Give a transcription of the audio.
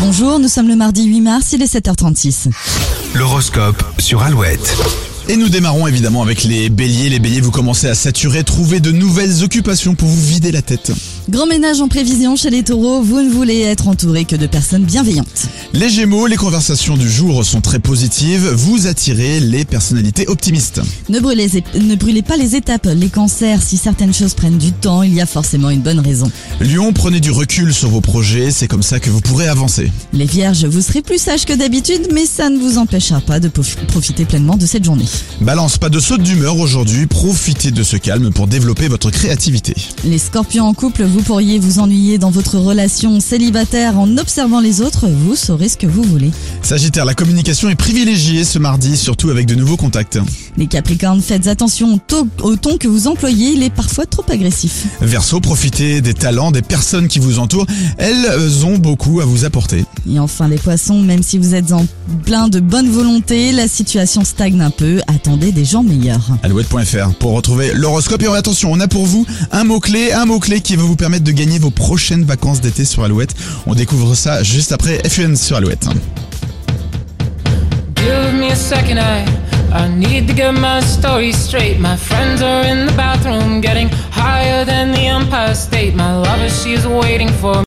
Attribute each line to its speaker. Speaker 1: Bonjour, nous sommes le mardi 8 mars, il est 7h36.
Speaker 2: L'horoscope sur Alouette.
Speaker 3: Et nous démarrons évidemment avec les béliers. Les béliers, vous commencez à saturer, trouver de nouvelles occupations pour vous vider la tête.
Speaker 1: Grand ménage en prévision chez les taureaux, vous ne voulez être entouré que de personnes bienveillantes.
Speaker 3: Les gémeaux, les conversations du jour sont très positives. Vous attirez les personnalités optimistes.
Speaker 1: Ne brûlez, ne brûlez pas les étapes, les cancers, si certaines choses prennent du temps, il y a forcément une bonne raison.
Speaker 3: Lyon, prenez du recul sur vos projets. C'est comme ça que vous pourrez avancer.
Speaker 1: Les vierges, vous serez plus sages que d'habitude, mais ça ne vous empêchera pas de pof- profiter pleinement de cette journée.
Speaker 3: Balance, pas de saute d'humeur aujourd'hui. Profitez de ce calme pour développer votre créativité.
Speaker 1: Les scorpions en couple, vous pourriez vous ennuyer dans votre relation célibataire en observant les autres, vous saurez ce que vous voulez.
Speaker 3: Sagittaire, la communication est privilégiée ce mardi, surtout avec de nouveaux contacts.
Speaker 1: Les capricornes, faites attention au to- au ton que vous employez, il est parfois trop agressif.
Speaker 3: Verseau, profitez des talents des personnes qui vous entourent. Elles ont beaucoup à vous apporter.
Speaker 1: Et enfin les poissons, même si vous êtes en plein de bonne volonté, la situation stagne un peu, attendez des gens meilleurs.
Speaker 3: Alouette.fr pour retrouver l'horoscope. Et attention, on a pour vous un mot-clé, un mot-clé qui va vous permettre de gagner vos prochaines vacances d'été sur Alouette. On découvre ça juste après FUN sur Alouette.
Speaker 4: Give me a second, I I need to get my story straight. My friends are in the bathroom, getting higher than the Empire State. My lover, she's waiting for me.